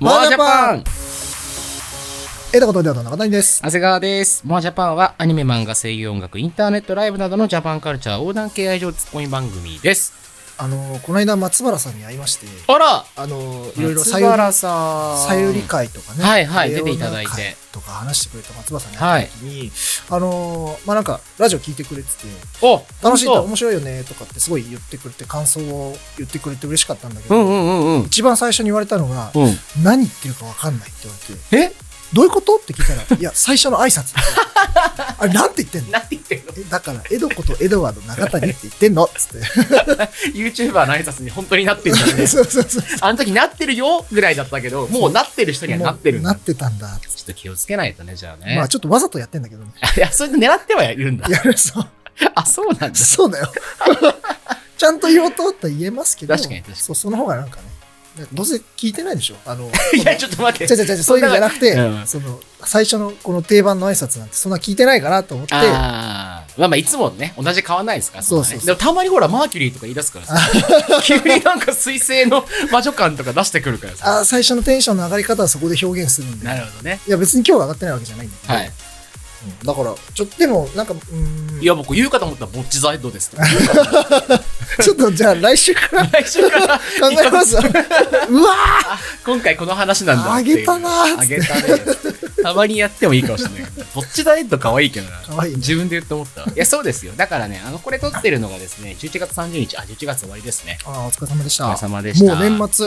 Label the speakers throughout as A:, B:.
A: モアジャパン
B: えたことでは中谷です。
A: 長谷川です。モアジャパンはアニメ、漫画、声優、音楽、インターネット、ライブなどのジャパンカルチャー横断系愛情ツッコミ番組です。
B: あの、この間松原さんに会いまして、
A: あら
B: あの、い
A: い
B: ろ
A: ろ
B: い
A: い
B: ろ
A: ろ
B: さ
A: さ
B: ゆ
A: ゆ
B: り
A: らさん。
B: さゆり会とかね、
A: はいはい
B: レオナ
A: 出ていただいて
B: 会とか話してくれた松原さんに会った時に、あの、まあ、なんか、ラジオ聞いてくれてて、
A: お
B: 楽しいんだ、
A: 本
B: 面白いよね、とかってすごい言ってくれて、感想を言ってくれて嬉しかったんだけ
A: 当
B: ど、
A: うんうんうんうん。
B: 一番最初に言われたのが、
A: うん。
B: 何言ってるかわかんないって言われて、
A: え
B: どういうことって聞いたら、いや、最初の挨拶だよあれ、なんて言ってんの
A: 何言ってんの
B: えだから、エドコとエドワード中谷って言ってんのつって。
A: ?YouTuber の挨拶に本当になってんだ よね。
B: そうそうそう。
A: あの時なってるよぐらいだったけど、もうなってる人にはなってるん
B: な
A: だ。
B: っ
A: ちょ
B: てたんだ。
A: っと気をつけないとね、じゃあね。
B: まあちょっとわざとやってんだけどね。
A: いや、それで狙ってはいるんだ
B: い。や、そう、
A: あ、そう なんだ。
B: そうだよ。 ちゃんと言おうと思ったら言えますけど、
A: 確かに確かに
B: そうその方がなんかね、どうせ聞いてないでしょ。あの、
A: いや、ちょっと待って
B: 違う。違う違う、そういう意味じゃなくて、
A: うん
B: その、最初のこの定番の挨拶なんてそんな聞いてないかなと思って、
A: ああ。まあまあ、いつもね、同じ買わないですから、
B: そうそう
A: ね
B: そう
A: でもたまにほら、マーキュリーとか言い出すからさ、急になんか水星の魔女感とか出してくるからさ。
B: あ最初のテンションの上がり方はそこで表現するんで。
A: なるほどね。
B: いや、別に今日は上がってないわけじゃないんだけど、
A: はい。
B: うんだから、ちょっと、でも、なんか、うーん
A: い、や、僕言うかと思ったら、ぼっちザイド ですとか。
B: ちょっとじゃあ来週から考
A: 来週から、
B: えます。 うわー
A: 今回この話なんだ
B: あ
A: っていう。
B: げたなーっつ
A: あ
B: って
A: げたね。たまにやってもいいかもしれないけど。ぼっちザイド可愛いけどな。
B: 可愛いね
A: 自分で言って思 ったわ。いや、そうですよ。だからね、あの、これ撮ってるのがですね、11月30日、あ、11月終わりですね。
B: あーお疲れ様でし
A: お疲
B: た
A: れ。様でした。
B: もう年末、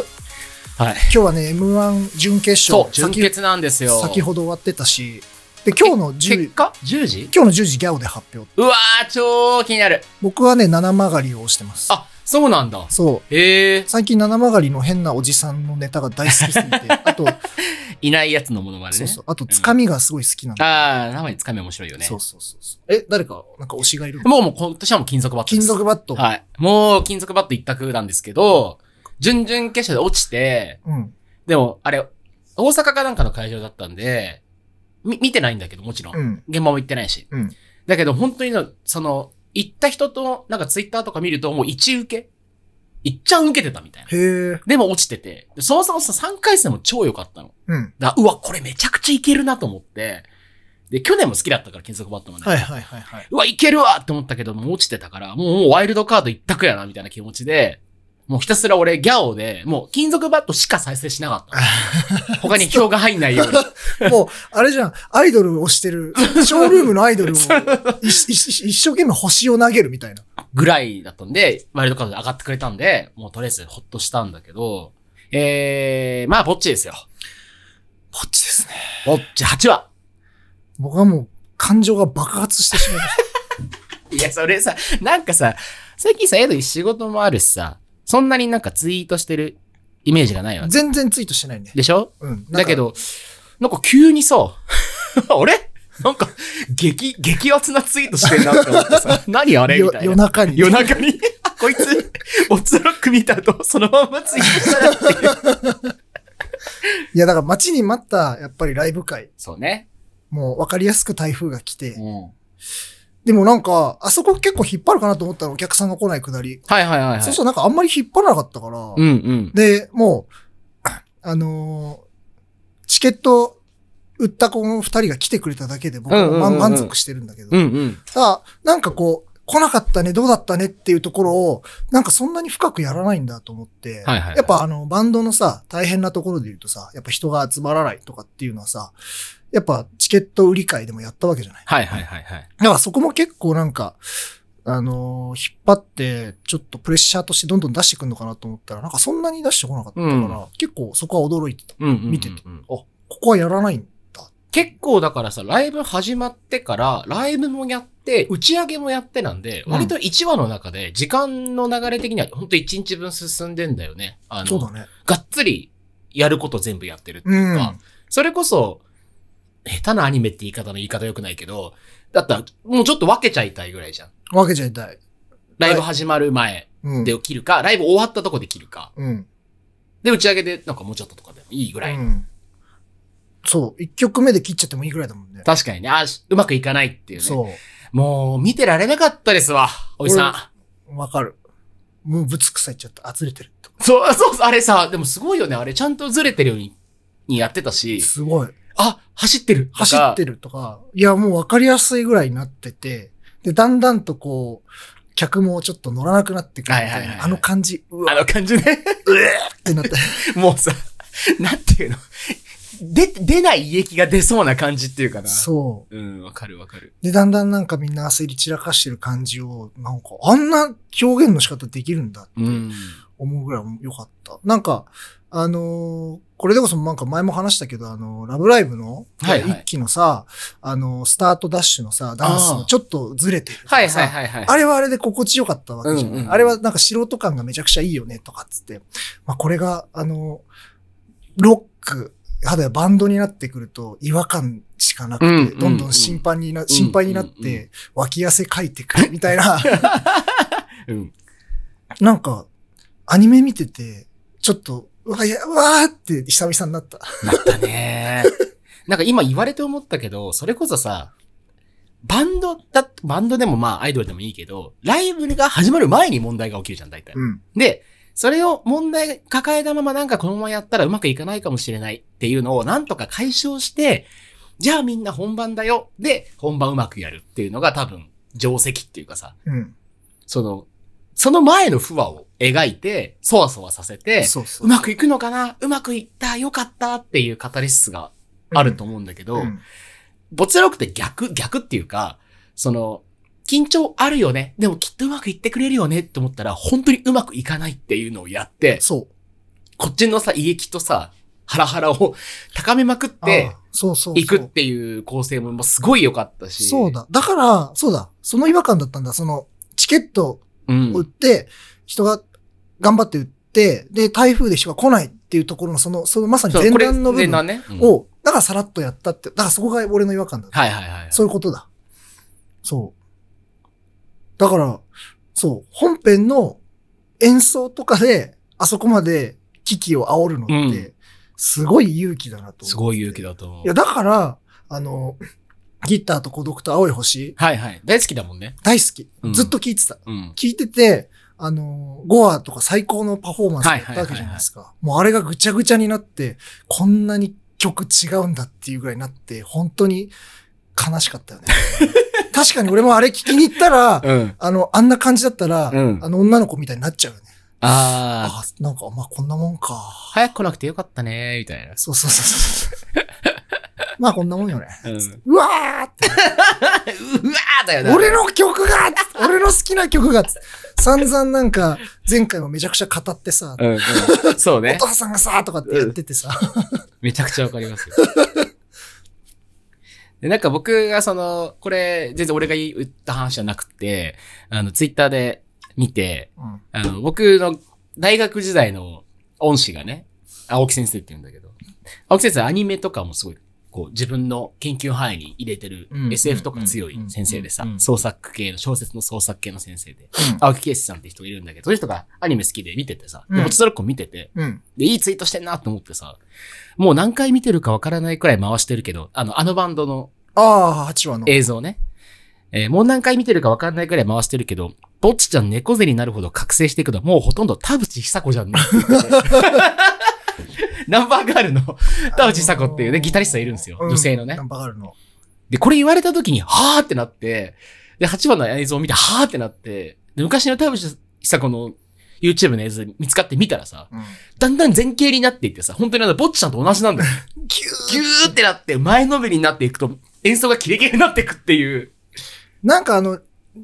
B: 今
A: はい。
B: 日はね、M1 準決
A: そう
B: 勝、、
A: 純
B: 先
A: 潔なんですよ。
B: 先ほど終わってたし、で、今日の
A: 結
B: 10、
A: 果 ?10 時
B: 今日の10時ギャオで発表。
A: うわー、超気になる。
B: 僕はね、七曲りを押してます。
A: あ、そうなんだ。
B: そう。
A: へえ。
B: 最近七曲りの変なおじさんのネタが大好きすぎ て、あと、
A: いないやつのものまで
B: そ
A: ね。
B: うそう、あと、つかみがすごい好きなんだ。
A: あー、生につかみ面白いよね。
B: そうそうそうそう。え、誰か、なんか推しがいるの
A: もうもう今年はもう金属バットで
B: 金
A: す。
B: 属バット。
A: はい。もう金属バット一択なんですけど、準々決勝で落ちて、
B: うん。
A: でも、あれ、大阪かなんかの会場だったんで、み、見てないんだけど、もちろん。
B: うん。
A: 現場も行ってないし。
B: うん
A: だけど、本当にの、その、行った人と、なんかツイッターとか見ると、もう一受け一ちゃん受けてたみたいな。
B: へえ。
A: でも落ちてて、でそもそもさ、3回戦も超良かったの。
B: うん。
A: だうわ、これめちゃくちゃいけるなと思って、で、去年も好きだったから、金属バットもね。
B: はいはいはいはい。
A: うわ、いけるわって思ったけど、もう落ちてたから、もう、もうワイルドカード一択やな、みたいな気持ちで、もうひたすら俺、ギャオで、もう金属バットしか再生しなか った。他に票が入んないように。
B: もう、あれじゃん、アイドルを推してる、ショールームのアイドルをいしいし一生懸命星を投げるみたいな。
A: ぐらいだったんで、ワイルドカードで上がってくれたんで、もうとりあえずほっとしたんだけど、えー、まあ、ぼっちですよ。
B: こっちですね。
A: ぼっち8話。
B: 僕はもう、感情が爆発してしまいまし
A: いや、それさ、なんかさ、最近さ、エドに仕事もあるしさ、そんなになんかツイートしてるイメージがない
B: た。
A: わけ。
B: 全然ツイートしてないね。
A: でしょ
B: うん。
A: だけ。ど、なんか急にさ、 あれなんか、激、激アツなツイートしてんなって思って さ、何あれみ
B: よ
A: たい
B: 夜
A: な。
B: 中に。
A: 夜中に、こいつ、ボッツロック見た後、そのまんまツイートしたらっていう。
B: いや、だから待ちに待った、やっぱりライブ会。
A: そうね。
B: もう、わかりやすく台風が来て。
A: うん。
B: でもなんか、あそこ結構引っ張るかなと思ったらお客さんが来ないくだり。
A: はいはいはい、はい。
B: そうしたらなんかあんまり引っ張らなかったから。
A: うんうん。
B: で、もう、あのーチケット売った子の二人が来てくれただけで僕は
A: うんうんうんうん
B: 満満足してるんだけど、
A: うんうん。
B: さあ、なんかこう、来なかったね、どうだったねっていうところを、なんかそんなに深くやらないんだと思って、
A: はいはいはい
B: やっぱあの、バンドのさ、大変なところで言うとさ、やっぱ人が集まらないとかっていうのはさ、やっぱチケット売り買いでもやったわけじゃない。
A: はいはいはいはい。
B: だからそこも結構なんか、あのー引っ張って、ちょっとプレッシャーとしてどんどん出してくんのかなと思ったら、なんかそんなに出してこなかったから、
A: うん
B: 結構そこは驚いてた。
A: うんうんうんうん
B: 見ててここはやらないんだ。
A: 結構だからさ、ライブ始まってから、ライブもやって、打ち上げもやってなんで、
B: うん
A: 割と1話の中で、時間の流れ的には、ほんと1日分進んでんだよね。あ
B: そ
A: の、
B: うだね。
A: がっつりやること全部やってる。
B: うん。
A: あそれこそ、下手なアニメって言い方の言い方良くないけど、だったら、もうちょっと分けちゃいたいぐらいじゃん。
B: 分けちゃいたい。
A: ライブ始まる前
B: うん。
A: で切るか、ライブ終わったとこで切るか。
B: うん。
A: で、打ち上げでなんかもうちょっととかでもいいぐらいの
B: うん。そう。一曲目で切っちゃってもいいぐらいだもんね。
A: 確かにね、あーうまくいかないっていうね。
B: そう。
A: もう、見てられなかったですわ、おじさ
B: わかる。もうぶつくさいっちゃった。あ、ずれてると。
A: ん。そう、そう、そうあれさ、でもすごいよね、あれ、ちゃんとずれてるようににやってたし、
B: すごい。
A: あ、走ってるとか
B: 走ってるとか、いや、もう分かりやすいぐらいになってて、で、だんだんとこう、客もちょっと乗らなくなってくるみたいな、
A: はいはいはいはい
B: あの感じ、うわ
A: あの感じね。
B: ってなって、
A: もうさ、 なんていうの。で、出ない胃液が出そうな感じって いうかな。。
B: そう
A: ん、わかるわかる。
B: う。で、だんだんなんかみんな焦り散らかしてる感じを、なんか、あんな表現の仕方できるんだって
A: うん。
B: 思うぐらい良かった。なんか、あのーこれでこそなんか前も話したけど、あのーラブライブの
A: はいはい
B: 一期のさ、あのースタートダッシュのさ、ダンス
A: あ
B: の
A: ー
B: ちょっとずれてるとかさ。
A: はいはいはいはい。
B: あれはあれで心地よかったわけじゃない、
A: うんうん
B: あれはなんか素人感がめちゃくちゃいいよねとかっつって。まあこれが、あの、ロック、はだバンドになってくると違和感しかなくて、
A: うんうんうん
B: どんどん心配にな、心配になっ
A: うんうんう
B: て、脇汗かいてくるみたいな、
A: うん。
B: なんか、アニメ見てて、ちょっと、うわ、いやうわーって久々になった。
A: なった ね。なんか今言われて思ったけど、それこそさ、バンドだ、バンドでもまあアイドルでもいいけど、ライブが始まる前に問題が起きるじゃん、大体。
B: うん。
A: で、それを問題抱えたままなんかこのままやったらうまくいかないかもしれないっていうのをなんとか解消して、じゃあみんな本番だよ。で、本番うまくやるっていうのが多分定石っていうかさ、
B: うん。
A: その、その前の不和を描いて、そわそわさせて、
B: そうそう
A: まくいくのかなうまくいったよかったっていうカタリスがあると思うんだけど、
B: うん
A: 没力って逆、逆っていうか、その、緊張あるよね。でもきっとうまくいってくれるよねって思ったら、本当にうまくいかないっていうのをやって、
B: そう。
A: こっちのさ、胃液とさ、ハラハラを 高めまくっ
B: あ
A: て
B: ー、そうそうそう。
A: いくっていう構成もすごい良かったし。
B: そう。だ。だから、そうだ。その違和感だったんだ。その、チケット
A: うん。
B: 売って、人が頑張って売って、で、台風で人が来ないっていうところの、その、そのまさに
A: そう
B: 前
A: これ
B: 段の部
A: 前段
B: 分
A: ね。うん
B: を、だからさらっとやったって、だからそこが俺の違和感だ。
A: はいはいはい。
B: そういうことだ。そう。だから、そう、本編の演奏とかで、あそこまで危機を煽るのっ
A: うん
B: て、すごい勇気だなと思って。
A: すごい勇気だと思う
B: いや、。だから、あの、ギターと孤独と青い星、
A: はいはい。大好きだもんね。
B: 大好き
A: う。ん
B: ずっと聴いてた。
A: うん。
B: 聞いてて、あの、ゴアとか最高のパフォーマンスだったわけじゃないですか。もうあれがぐちゃぐちゃになって、こんなに曲違うんだっていうぐらいになって、本当に悲しかったよ ね。確かに俺もあれ聞きに行ったら、
A: うん。
B: あの、あんな感じだったら、
A: うん
B: あの女の子みたいになっちゃうよね。
A: ああ、
B: あなんか、まあこんなもんか。
A: 早く来なくてよかったね、みたいな。
B: そうそうそうそう。まあこんなもんよね。
A: うん。う
B: うわーって、
A: わーだよな。
B: 俺の曲が俺の好きな曲が散々なんか、前回もめちゃくちゃ語ってさ、
A: うん、うん。そうね
B: お。父さんがさーとかってやっててさ。
A: めちゃくちゃわかりますよ。 で、なんか僕がその、これ、全然俺が言った話じゃなくて、あの、ツイッターで見て、
B: うん。
A: あの、僕の大学時代の恩師がね、青木先生って言うんだけど、青木先生アニメとかもすごい、こう、自分の研究範囲に入れてる
B: うん
A: SF とか強い先生でさ
B: うんうんう、ん
A: 創作系の、小説の創作系の先生で、青木圭司さんって人がいるんだけど、その人がアニメ好きで見ててさ、
B: う
A: で、
B: ん
A: 落ちそれっこ見てて、
B: うん。
A: で、いいツイートしてんなと思ってさ、もう何回見てるかわからないくらい回してるけど、あの、あのバンドの
B: ああ、8話の。
A: 映像ね。えーもう何回見てるかわからないくらい回してるけど、ぼっちちゃん猫背になるほど覚醒していくのはもうほとんど田淵久子じゃんね。 ナンバーガールの田淵久子っていうね、ギタリストいるんですよ。
B: う
A: 女性のね
B: ナ。ンバーガールの。
A: で、これ言われた時に、はーってなって、で、8話の映像を見て、はーってなって、で、昔の田淵久子の YouTube の映像見つかって見たらさ、
B: うん。
A: だんだん前傾になっていってさ、本当にあの、ぼっちちゃんと同じなんだよ。
B: ぎ ゅ
A: ギューってなって、前のめりになっていくと、演奏がキレキレになっていくっていう。
B: なんかあの、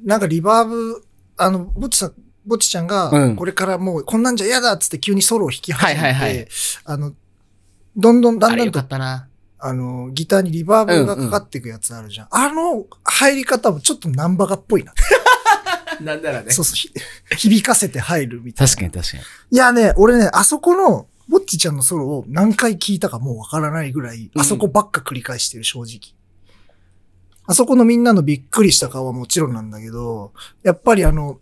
B: なんかリバーブ、あの、ぼっちさん、ぼっちちゃん
A: う
B: が
A: ん、
B: これからもうこんなんじゃ嫌だっつって急にソロを弾き始めて、
A: はいはいはい
B: あの、どんどんだ
A: あ
B: ん
A: れ
B: だ
A: よ
B: んと
A: か
B: あ
A: ったな。
B: の、ギターにリバーブがかかっていくやつあるじゃん。あの入り方もちょっとナンバガっぽいな。
A: なんならね
B: そうそう、ひ 響かせて入るみたいな。
A: 確かに確かに。
B: いやね、俺ね、あそこの、ぼっちちゃんのソロを何回聞いたかもうわからないぐらい、
A: うん
B: あそこばっか繰り返してる、正直。あそこのみんなのびっくりした顔はもちろんなんだけど、やっぱりあの、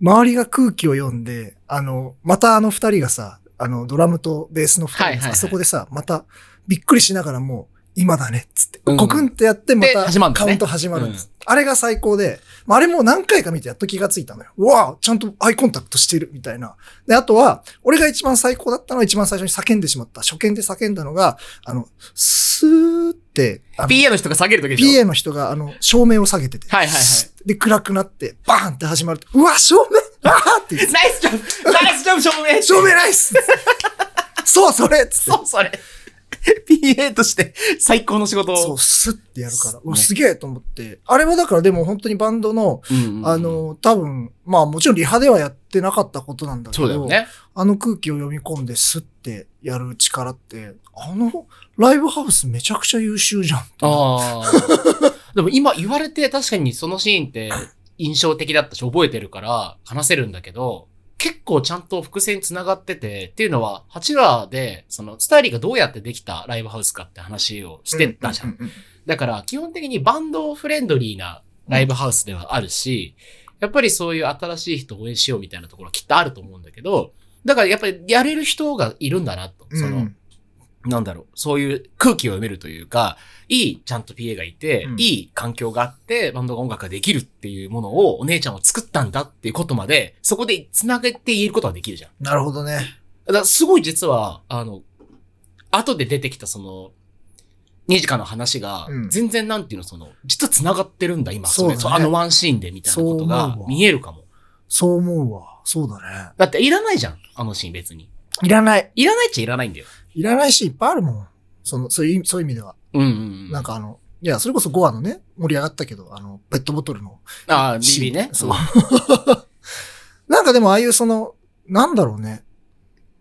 B: 周りが空気を読んで、あの、またあの二人がさ、あの、ドラムとベースの二人がさ、
A: はいはいはい
B: あそこでさ、またびっくりしながらもう、今だね、つって。
A: うん
B: コクンってやって、ま
A: で
B: た
A: 始まるんだ
B: カ
A: ね
B: ウント始まるんです。あれが最高で、まあ、あれも何回か見てやっと気がついたのよ。うわぁ、ちゃんとアイコンタクトしてる、みたいな。で、あとは、俺が一番最高だったのは一番最初に叫んでしまった。初見で叫んだのが、あの、スーって、あの
A: PA の人が下げるときでしょ
B: PA の人が、あの、照明を下げてて。
A: はいはいはい
B: で、暗くなって、バーンって始まると。うわ、照明あーって言って。
A: ナイスジャンプナイスジャンプ照明
B: 照明ないっすそう、それっつって。
A: そう、それ。PA として最高の仕事を。
B: そう、スッてやるから。うわ
A: ね
B: すげえと思って。あれはだからでも本当にバンドの、
A: うんうん
B: あ、の、多分、まあもちろんリハではやってなかったことなんだけ
A: そうだよ
B: ど、
A: ね。
B: あの空気を読み込んでスッてやる力って、あのライブハウスめちゃくちゃ優秀じゃんって。
A: ああ。でも今言われて確かにそのシーンって印象的だったし覚えてるから話せるんだけど、結構ちゃんと伏線繋がってて、っていうのは、8話で、その、スタイリーがどうやってできたライブハウスかって話をしてたじゃん。
B: ううう
A: だから、基本的にバンドフレンドリーなライブハウスではあるし、やっぱりそういう新しい人を応援しようみたいなところはきっとあると思うんだけど、だからやっぱりやれる人がいるんだなと。
B: ん
A: その、
B: うん
A: なんだろう、そういう空気を読めるというか、いいちゃんと PA がいて、
B: うん
A: いい環境があって、バンドが音楽ができるっていうものをお姉ちゃんは作ったんだっていうことまで、そこで繋げて言えることができるじゃん。
B: なるほどね。
A: だからすごい実は、あの、後で出てきたその、2時間の話が
B: う、ん
A: 全然なんていうの、その、実は繋がってるんだ、今。
B: そうだね
A: れあのワンシーンでみたいなこと
B: そう
A: が
B: 思うわ
A: 見えるかも。
B: そう思うわ。そうだね。
A: だっていらないじゃん、あのシーン別に。
B: いらない。
A: いらないっちゃいらないんだよ。
B: いらないし、いっぱいあるもん。その、そういう意味、そういう意味では。
A: うんうんうん。
B: なんかあの、いや、それこそ5話のね、盛り上がったけど、あの、ペットボトルの。
A: ああ、ビビね。
B: そう。 なんかでもああいうその、なんだろうね。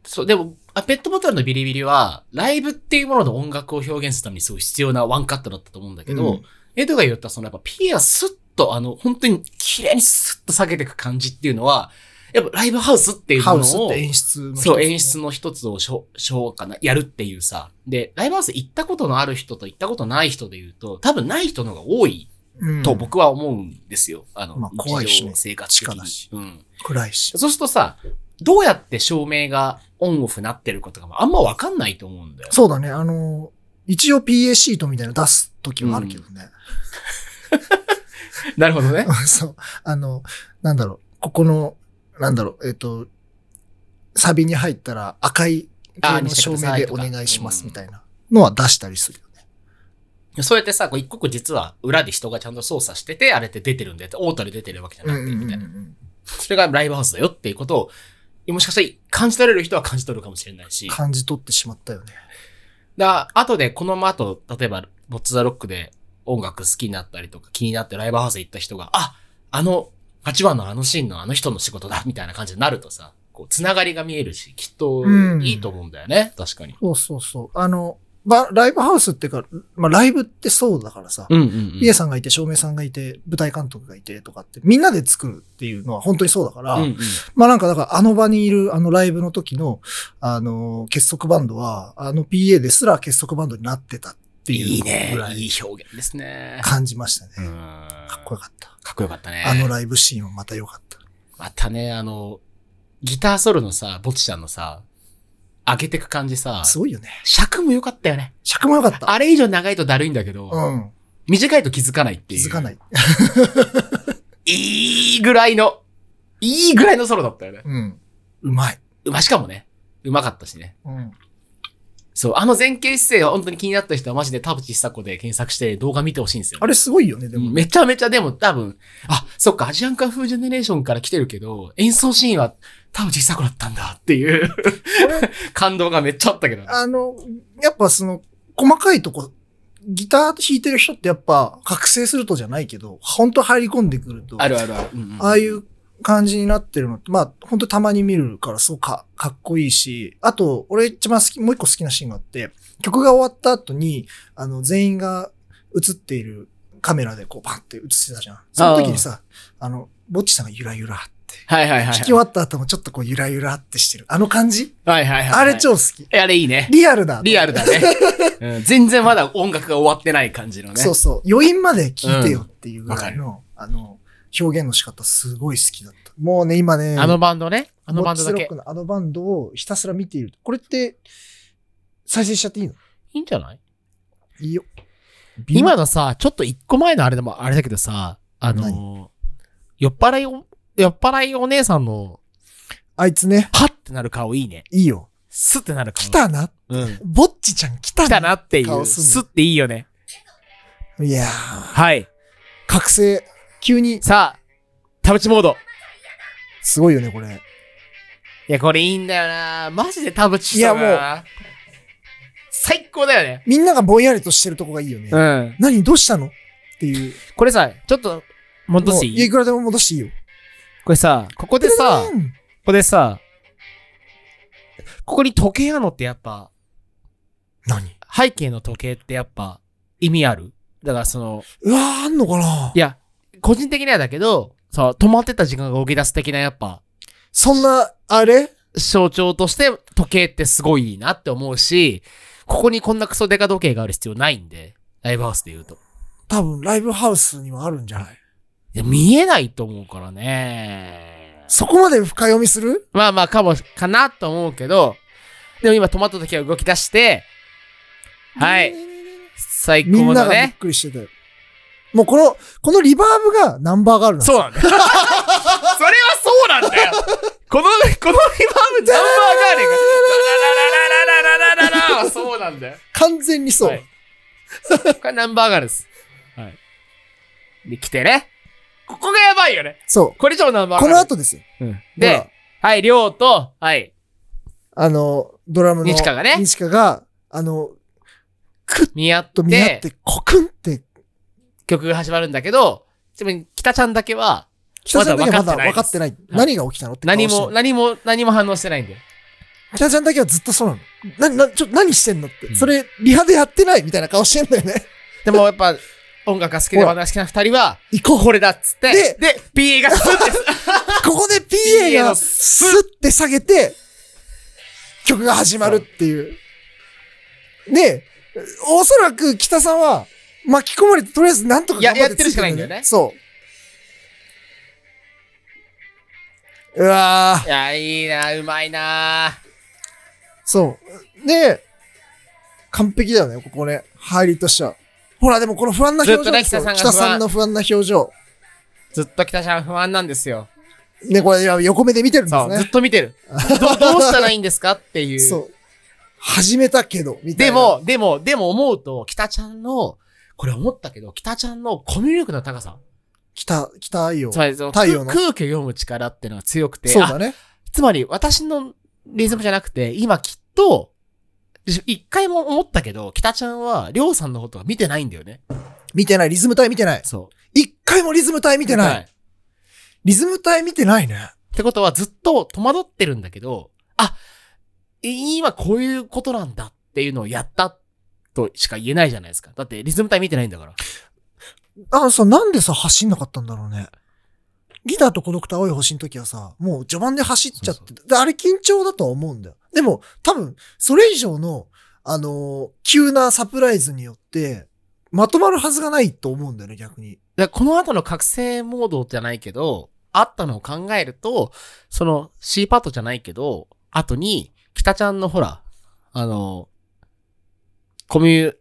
A: そう、でも、あペットボトルのビリビリは、ライブっていうものの音楽を表現するためにすごい必要なワンカットだったと思うんだけど、
B: うん
A: エドが言ったそのやっぱ P がスッと、あの、本当に綺麗にスッと下げていく感じっていうのは、やっぱライブハウスっていう
B: ハ
A: も
B: ウス
A: の
B: っ
A: を
B: て、演出の一つね、
A: そう、演出の一つをしょ、しょうかな、やるっていうさ。で、ライブハウス行ったことのある人と行ったことない人で言うと、多分ない人の方が多い
B: うん
A: と僕は思うんですよ。あの、
B: まあ怖いしね
A: 日常生活的
B: 地下だし
A: に。うん。
B: 暗いし。
A: そうするとさ、どうやって照明がオンオフなってるかとかもあんまわかんないと思うんだよ。
B: そうだね、あの、一応 PA シートみたいなの出す時はあるけどね。
A: なるほどね。
B: そう。あの、なんだろう、ここの、なんだろう、えっ、と、サビに入ったら赤い
A: あー
B: 系の照明でお願いしま
A: う
B: す
A: ん
B: みたいなのは出したりするよね。
A: そうやってさ、こう一個個実は裏で人がちゃんと操作してて、あれって出てるんだよって、オートで出てるわけじゃなくて、みたいな。それがライブハウスだよっていうことを、もしかしたら感じ取れる人は感じ取るかもしれないし。
B: 感じ取ってしまったよね。
A: だ後で、このまま後、例えば、ボッツ・ザ・ロックで音楽好きになったりとか、気になってライブハウス行った人が、ああの、8番のあのシーンのあの人の仕事だ、みたいな感じになるとさ、こう、つながりが見えるし、きっと
B: う、ん
A: いいと思うんだよね。確かに。
B: そうそうそう。あの、ばライブハウスっていうか、まあ、ライブってそうだからさ、
A: うんうん、うん。
B: ピエさんがいて、照明さんがいて、舞台監督がいてとかって、みんなで作るっていうのは本当にそうだから、
A: うんうん、
B: まあなんか、だからあの場にいる、あのライブの時の、あの、結束バンドは、あの PA ですら結束バンドになってたって
A: い
B: い
A: いうね
B: ぐら。い
A: いい表現ですね。
B: 感じましたね。
A: うん
B: かっこよかった。
A: かっこよかったね。
B: あのライブシーンはまた良かった。
A: またね、あの、ギターソロのさ、ボツちゃんのさ、上げてく感じさ、
B: すごいよね。
A: 尺も良かったよね。
B: 尺も良かった。
A: あれ以上長いとだるいんだけど、
B: うん。
A: 短いと気づかないって
B: 気
A: いう。
B: づかない。
A: いいぐらいの、いいぐらいのソロだったよね。
B: うん。うまい。
A: まあ、しかもね、うまかったしね。
B: うん。
A: そう、あの前傾姿勢は本当に気になった人はマジで田淵久子で検索して動画見てほしいんですよ。
B: あれすごいよね、でも。
A: めちゃめちゃでも多分、あ、そっか、アジアンカンフージェネレーションから来てるけど、演奏シーンは田淵久子だったんだって いう感動がめっちゃあったけどね。
B: あの、やっぱその、細かいとこ、ギター弾いてる人ってやっぱ、覚醒するとじゃないけど、本当入り込んでくると、
A: あるあるある。うんん
B: ああいう感じになってるのって、まあ、本当たまに見るから、そうか、かっこいいし、あと、俺一番好き、もう一個好きなシーンがあって、曲が終わった後に、あの、全員が映っているカメラでこう、パンって映してたじゃん。その時にさ、あの、ぼっちさんがゆらゆらって、
A: はいはいはいはい。
B: 弾き終わった後もちょっとこう、ゆらゆらってしてる。あの感じ
A: はいはいはいはい。
B: あれ超好き。
A: あれいいね。
B: リアルだ。
A: リアルだね、うん全然まだ音楽が終わってない感じのね。
B: そうそう。余韻まで聞いてよっていうぐらいの、あの、表現の仕方すごい好きだった。もうね、今ね、
A: あのバンドね。あの
B: ボ
A: バ
B: ッ
A: ンド
B: チ
A: だ
B: ロ
A: け
B: ック。のあのバンドをひたすら見ている。これって、再生しちゃっていいの
A: いいんじゃない
B: いいよ。
A: 今のさ、ちょっと一個前のあれでもあれだけどさ、あの、酔っ払いお、酔っ払いお姉さんの、
B: あいつね、
A: はってなる顔いいね。
B: いいよ。
A: すってなる顔。
B: 来たな。
A: うん。
B: ぼっちちゃん来た
A: 来たなってい
B: 顔
A: う。
B: すん
A: すっていいよね。
B: いやー、
A: はい。
B: 覚醒。急に、
A: さあ、田淵モード。
B: すごいよね、これ。
A: いや、これいいんだよなマジで田淵さん
B: い
A: もう、最高だよね。
B: みんながぼんやりとしてるとこがいいよね。
A: うん。
B: 何どうしたのっていう。
A: これさ、ちょっと、戻して
B: もうい
A: い
B: や
A: い
B: いくらでも戻していいよ。
A: これさ、ここでさ、
B: う
A: こ
B: ん
A: こでさ、ここに時計あるのってやっぱ、
B: 何
A: 背景の時計ってやっぱ意味あるだからその、
B: うわー、あんのかない
A: や、個人的にはだけど、さ、止まってた時間が動き出す的なやっぱ、
B: そんな、あれ
A: 象徴として時計ってすごいいいなって思うし、ここにこんなクソデカ時計がある必要ないんで、ライブハウスで言うと。
B: 多分、ライブハウスにはあるんじゃない
A: いや見えないと思うからね。
B: そこまで深読みする
A: まあまあ、かも、かなと思うけど、でも今止まった時計が動き出して、はい、。最
B: みん
A: 高
B: な
A: だ
B: がびっ
A: ね。
B: くりしてたよ。もうこの、このリバーブがナンバーがあるな。
A: そうなんだよ。それはそうなんだよ。この、このリバーブナンバーガールが、ララララララララララそうなんだよ。
B: 完全にそう。
A: はいこれナンバーガールです。はい。で、来てね。ここがやばいよね。
B: そ
A: これ以上ナン
B: う。
A: バーガ
B: こ
A: ール。
B: の後ですよ。
A: うん
B: ほ
A: で
B: ら、
A: はい、りょうと、はい、
B: あの、ドラムの。
A: ニチカがね
B: ニチカが、あの、クッ
A: 見合っ、
B: と見合ってて、コクンって、
A: 曲が始まるんだけど、ちなみに、北ちゃんだけは、
B: 北ちゃんだけはまだ
A: まだ
B: 分
A: 分か
B: か
A: っ
B: ってて
A: な
B: ないい。
A: はい
B: 何が起きたのって顔
A: 何
B: して
A: も、何も、何も反応してないんだよ。
B: 北ちゃんだけはずっとそうなの。な、な、ちょ、何してんのって。
A: うん
B: それ、リハでやってないみたいな顔してんだよね。
A: でもやっぱ、音楽が好きで
B: ほら
A: 話が好きな二人は、
B: 行こう。
A: これだっつって、
B: で
A: で、PA がス ッて
B: ここで
A: PA
B: PA
A: の
B: がスッて下げて、曲が始まるっていう。で、おそらく北さんは巻き込まれてとりあえずなんとか頑張
A: や
B: ってつい
A: やってるしかないんだよね
B: そう。うわ
A: い
B: ー、
A: や、いいな、うまいな
B: そう。で、完璧だよね、ここね。入りとしては。ほら、でもこの不安な
A: ず
B: 表
A: っと
B: 情
A: ね
B: ですよ
A: 北さんが不安
B: 北さんの不安な表情。
A: ずっと北ちゃん不安なんですよ。
B: ね、これ横目で見てるんで
A: そ
B: す
A: う、
B: ね
A: ずっ。と見てる。どどうしたらいいんですかっていう。
B: そう。始めたけど、みたい
A: で
B: な。
A: も、でも、でも思うと、北ちゃんの、これ思ったけど、北ちゃんのコミュ力の高さ。
B: 来た、来た愛を。
A: つまりその
B: 太陽の
A: 空空気を読む力っていうのが強くて、
B: そうだね。
A: あつまり私のリズムじゃなくて、今きっと、一回も思ったけど、北ちゃんは、りょうさんのことは見てないんだよね。
B: 見てない、リズム体見てない。
A: そう。
B: 一回もリズム体見
A: 見
B: てない。。リズム体見てないね。
A: ってことはずっと戸惑ってるんだけど、あ、い今こういうことなんだっていうのをやったとしか言えないじゃないですか。だってリズム体見てないんだから。
B: あのさ、なんでさ、走んなかったんだろうね。ギターと孤独と青い星の時はさ、もう序盤で走っちゃって、
A: そう
B: であれ緊張だとは思うんだよ。でも、多分、それ以上の、あのー急なサプライズによって、まとまるはずがないと思うんだよね、逆に。
A: だからこの後の覚醒モードじゃないけど、あったのを考えると、その C パートじゃないけど、後に、北ちゃんのほら、あの、コミュ、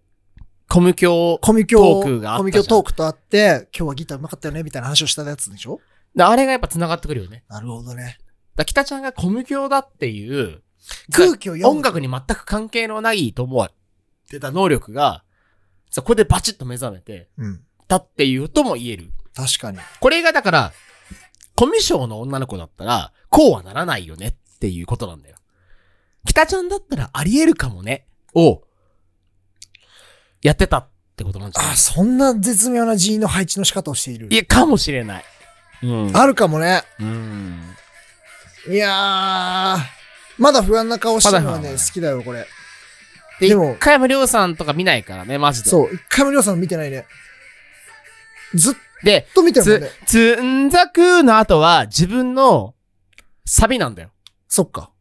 A: コミュ教、
B: コミュ教、
A: トークがあったじゃん
B: コミュ教トークとあって、今日はギターうまかったよね、みたいな話をしたやつでしょ
A: であれがやっぱ繋がってくるよね。
B: なるほどね。
A: だから北ちゃんがコミュ教だっていう、
B: 空気を読む。
A: 音楽に全く関係のないと思われてた能力が、さここでバチッと目覚めて
B: うん。
A: たっていうとも言える。
B: 確かに。
A: これがだから、コミュ障の女の子だったら、こうはならないよねっていうことなんだよ。北ちゃんだったらあり得るかもね、を、やってたってことなんじゃない
B: あ、そんな絶妙な人員の配置の仕方をしている
A: い。や、かもしれない。うん。
B: あるかもね。
A: うん。
B: いやー、まだ不安な顔してるのは
A: まだ不
B: ね、
A: 安
B: 好きだよ、これ。
A: で、
B: でも
A: 一回もりょうさんとか見ないからね、マジで。
B: そう、一回もりょうさん見てないね。ずっ
A: で、
B: と見てるもん
A: つ
B: ね。、
A: つんざくの後は自分のサビなんだよ。
B: そっか。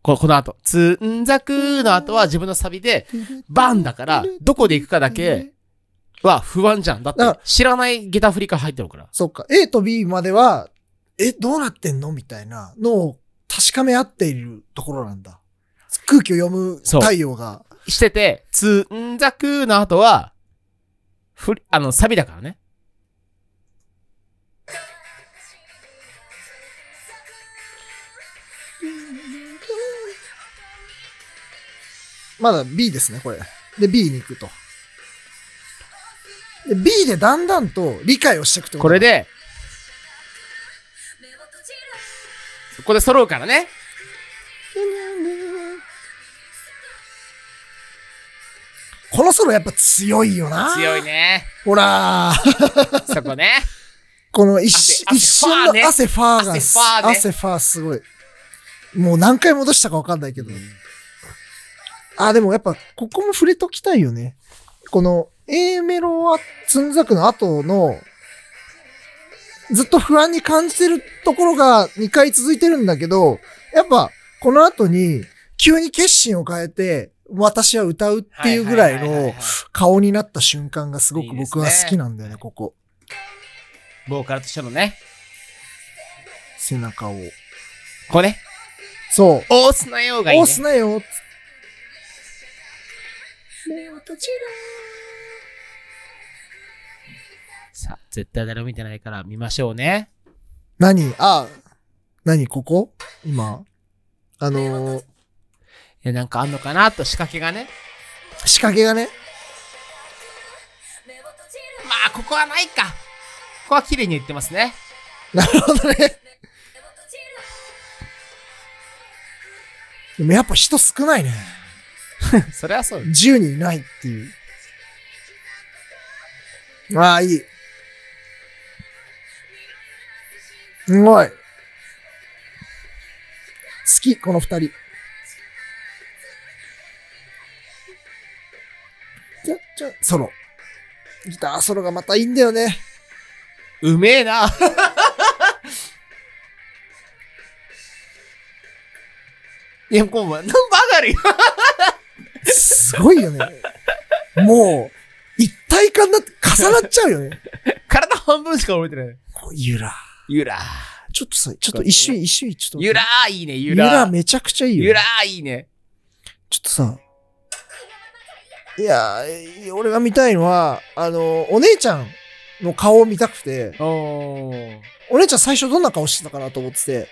A: ここの後。つんざくの後は自分のサビで、バンだから、どこで行くかだけ、は不安じゃん。だ
B: だ
A: っ
B: か
A: て、知らない下駄振りから入ってるから。
B: そっか。A と B までは、え、どうなってんのみたいなのを確かめ合っているところなんだ。空気を読む
A: そう
B: 太陽が。
A: してて、つすんざくの後は、ふり、あの、サビだからね。
B: まだ B ですね、これ。で、B に行くと。で、B でだんだんと理解をしていくって
A: これ
B: で。
A: で、ここで揃うからね。
B: このソロやっぱ強いよな。
A: 強い。ね。
B: ほら ー
A: そこね。
B: この一瞬
A: 汗
B: 一瞬の汗
A: 汗
B: ファーが、
A: 汗ファーね
B: 汗ファーすごい。もう何回戻したかわかんないけど。あ、でもやっぱ、ここも触れときたいよね。この、A メロは、つんざくの後の、ずっと不安に感じてるところが2回続いてるんだけど、やっぱ、この後に、急に決心を変えて、私は歌うっていうぐらい
A: はははは
B: の
A: は
B: 顔になった瞬間がすご
A: いい
B: く
A: ですね
B: 僕は好きなんだよね、ここ。
A: ボーカルとしてのね。
B: 背中を。
A: これね。
B: そう。
A: 押すなよがいい、ね。
B: 押すなよ。
A: さあ、絶対誰も見てないから見ましょうね。
B: 何あ、何ここ今。あのー
A: いや、なんかあんのかなと仕掛けがね。
B: 仕掛けがね。
A: まあ、ここはないか。ここは綺麗に言ってますね。
B: なるほどね。でもやっぱ人少ないね。
A: それはそう。
B: 10人いないっていう。ああ、いい。すごい。好き、この二人。ちょ、ちょ、ソロ。ギターソロがまたいいんだよね。
A: うめえな。 いや、こう、ナンバーガルよ。
B: すごいよね。もう、一体感だって重なっちゃうよね。
A: 体半分しか覚えてない。
B: こうゆら。
A: ゆら
B: ちょっとさ、ちょっと一瞬一瞬ちょっと。
A: ゆらーいいね、ゆ
B: ゆら
A: らー。
B: めちゃくちゃいいよね。
A: ゆらーいいね。
B: ちょっとさ、いや、え俺が見たいのは、あの、お姉ちゃんの顔を見たくて、
A: おー。
B: お姉ちゃん最初どんな顔してたかなと思ってて、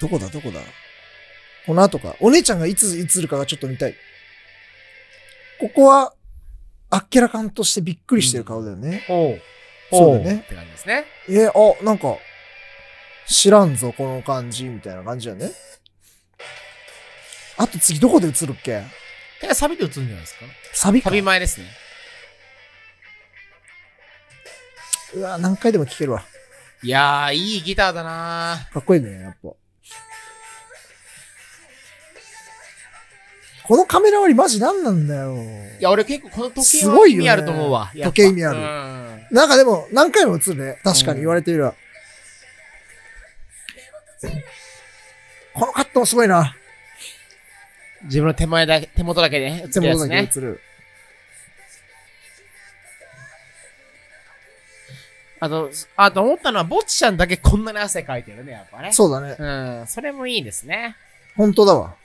B: どこだどこだこの後か。お姉ちゃんがいつ映るかがちょっと見たい。ここは、あっけらかんとしてびっくりしてる顔だよね。
A: おう。
B: そうだね
A: って感じですね。
B: えー、あ、なんか、知らんぞ、この感じ、みたいな感じだよね。あと次どこで映るっけ
A: え、サビで映るんじゃないですか
B: サビか
A: サビ前ですね。
B: うわ、何回でも聴けるわ。
A: いやー、いいギターだな
B: かっこいいね、やっぱ。このカメラ割りマジ何なんだよ。
A: ー。いや、俺結構この時計
B: す
A: は
B: ごい
A: 意
B: よ
A: 味
B: ね
A: あると思うわ。やっぱ
B: 時計意味ある
A: うん
B: なんかでも何回も映るね。確か
A: うん
B: に言われてみれば。このカットもすごいな。
A: 自分の手前だけ、手元だけで、ね、
B: 手元だけ
A: ね。
B: 映る。
A: あと、あと思ったのは、ぼっちちゃんだけこんなに汗かいてるね、やっぱね。
B: そうだね。
A: うん、それもいいですね。
B: 本当だわ。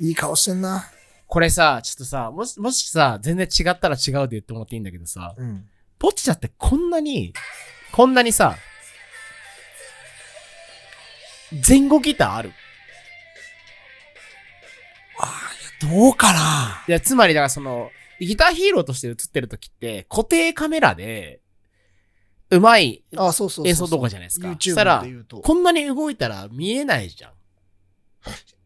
B: いい顔してんな。
A: これさ、ちょっとさ、もし、もしさ、全然違ったら違うで言ってもらっていいんだけどさ、
B: うん。
A: ぼっちちゃんってこんなに、こんなにさ、前後ギターある
B: どうかない
A: や、つまり、だからその、ギターヒーローとして映ってる時って、固定カメラで、うまい
B: あ、そうそうそうそう
A: 映像動画じゃないですか。そしたら
B: YouTube で、言うと。
A: こんなに動いたら見えないじゃん。っ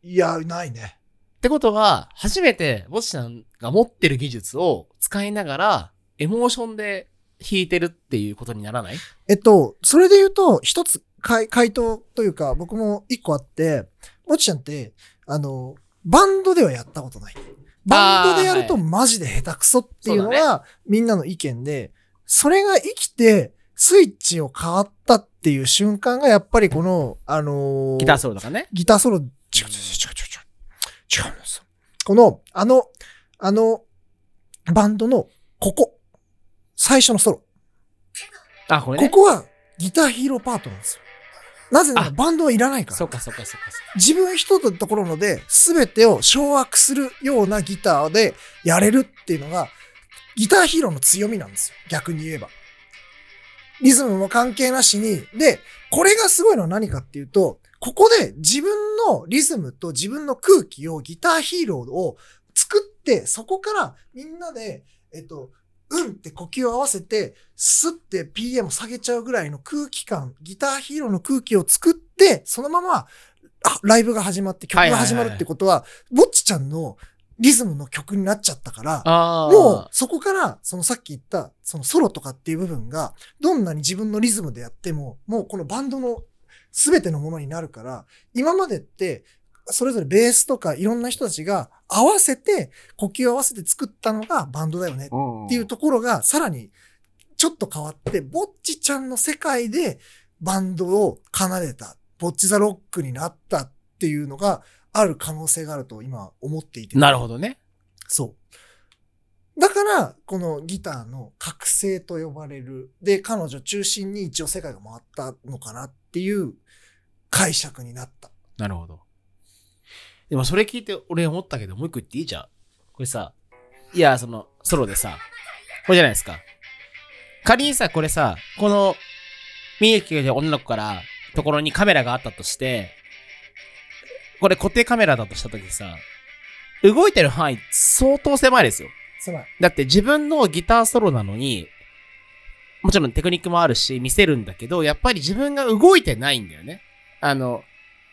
B: いや、ないね。
A: てことは、初めて、ボスさんが持ってる技術を使いながら、エモーションで弾いてるっていうことにならない
B: えっと、それで言うと、一つ回回答というか、僕も一個あって、もちちゃんって、あの、バンドではやったことない。バンドでやると
A: は
B: マジで下手くそっていうの
A: そう
B: が、みんなの意見で、それが生きて、スイッチを変わったっていう瞬間が、やっぱりこの、あのー
A: ギターソロとかね。
B: ギターソロ、違う違う違う違う違う。違うんですよ。この、あの、あの、バンドの、ここ。最初のソロ。
A: あ、これ
B: こ
A: ね。
B: こは、ギターヒーローパートなんですよ。なぜなら
A: あ
B: バンドはいらないから
A: そ。っかそっかそっかそっか。
B: 自分一人のところので全てを掌握するようなギターでやれるっていうのがギターヒーローの強みなんですよ。逆に言えば。リズムも関係なしに。で、これがすごいのは何かっていうと、ここで自分のリズムと自分の空気をギターヒーローを作って、そこからみんなで、えっと、うんって呼吸を合わせて、スッて PM を下げちゃうぐらいの空気感、ギターヒーローの空気を作って、そのままあライブが始まって曲が始まるってことは、ぼっちちゃんのリズムの曲になっちゃったから、
A: ああ。
B: もうそこから、そのさっき言った、そのソロとかっていう部分が、どんなに自分のリズムでやっても、もうこのバンドの全てのものになるから、今までって、それぞれベースとかいろんな人たちが合わせて、呼吸を合わせて作ったのがバンドだよねっていうところが、さらにちょっと変わって、ぼっちちゃんの世界でバンドを奏でた、ぼっちザロックになったっていうのがある可能性があると今思っていて。
A: なるほどね。
B: そう。だから、このギターの覚醒と呼ばれる。で、彼女中心に一応世界が回ったのかなっていう解釈になった。
A: なるほど。でもそれ聞いて俺思ったけど、もう一個言っていいじゃん。これさ、いや、その、ソロでさ、これじゃないですか。仮にさ、これさ、この、みゆきという女の子から、ところにカメラがあったとして、これ固定カメラだとしたときさ、動いてる範囲相当狭いですよ。
B: つまり、
A: だって自分のギターソロなのに、もちろんテクニックもあるし、見せるんだけど、やっぱり自分が動いてないんだよね。あの、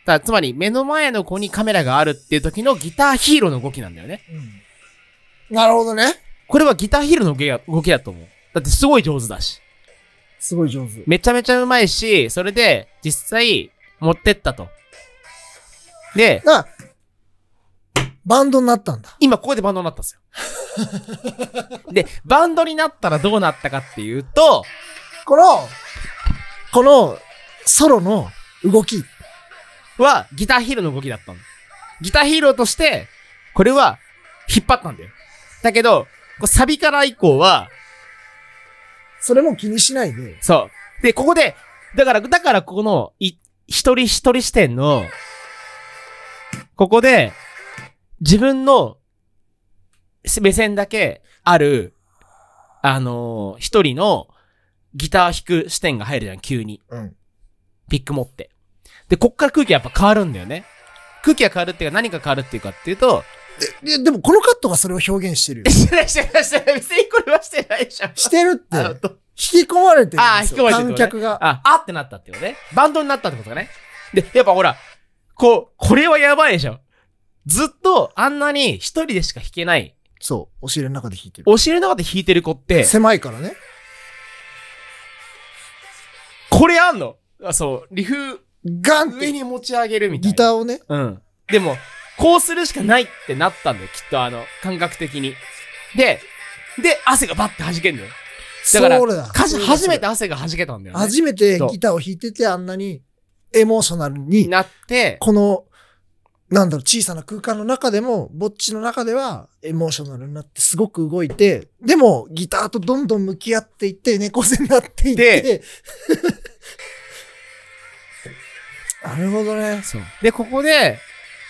A: だつまり目の前の子にカメラがあるっていう時のギターヒーローの動きなんだよね。
B: うん。なるほどね。
A: これはギターヒーローの動きだ動きだと思う。だってすごい上手だし。
B: すごい上手。
A: めちゃめちゃうまいし、それで実際持ってったと。で、
B: だからバンドになったんだ。
A: 今ここでバンドになったんですよ。で、バンドになったらどうなったかっていうと、
B: この、このソロの動き。
A: はギターヒーローの動きだったの。ギターヒーローとして、これは引っ張ったんだよ。だけど、こうサビから以降は、
B: それも気にしないで。
A: そう。で、ここで、だから、だからここの、い、一人一人視点の、ここで、自分のす目線だけある、あのー一人のギター弾く視点が入るじゃん、急に。
B: うん。
A: ピック持って。で、こっから空気やっぱ変わるんだよね。空気が変わるっていうか何が変わるっていうかっていうと、。
B: で、でもこのカットがそれを表現してる よ
A: してないしてないしてない。別にこれはしてないじゃん。
B: してるって、
A: あの
B: 引き込まれてる
A: あー
B: んで
A: 引き
B: す
A: 込
B: よ。
A: まれてるってことね
B: 観客が。
A: あ、あってなったってことね。バンドになったってことかね。で、やっぱほら、こう、これはやばいでしょ。ずっとあんなに一人でしか弾けない、
B: そう。お尻の中で弾いてる。
A: 教えの中で弾いてる子って、
B: 狭いからね。
A: これあんのあそう、リフ
B: ガンっ
A: 上
B: て
A: に持ち上げるみたい
B: ギ
A: な。
B: ターをね、
A: うん。でも、こうするしかないってなったんだよ、きっとあの、感覚的に。で、で、汗がバッて弾けんだよ。だから
B: そうだ。
A: かじ
B: そうだ
A: 初めて。汗が弾けたんだよ、ね。
B: 初めて
A: そう
B: ギターを弾いててあんなにエモーショナルに、
A: なって、
B: この、なんだろう、小さな空間の中でも、ぼっちの中ではエモーショナルになってすごく動いて、でもギターとどんどん向き合っていって、猫背になっていって。なるほどね。
A: そう。で、ここで、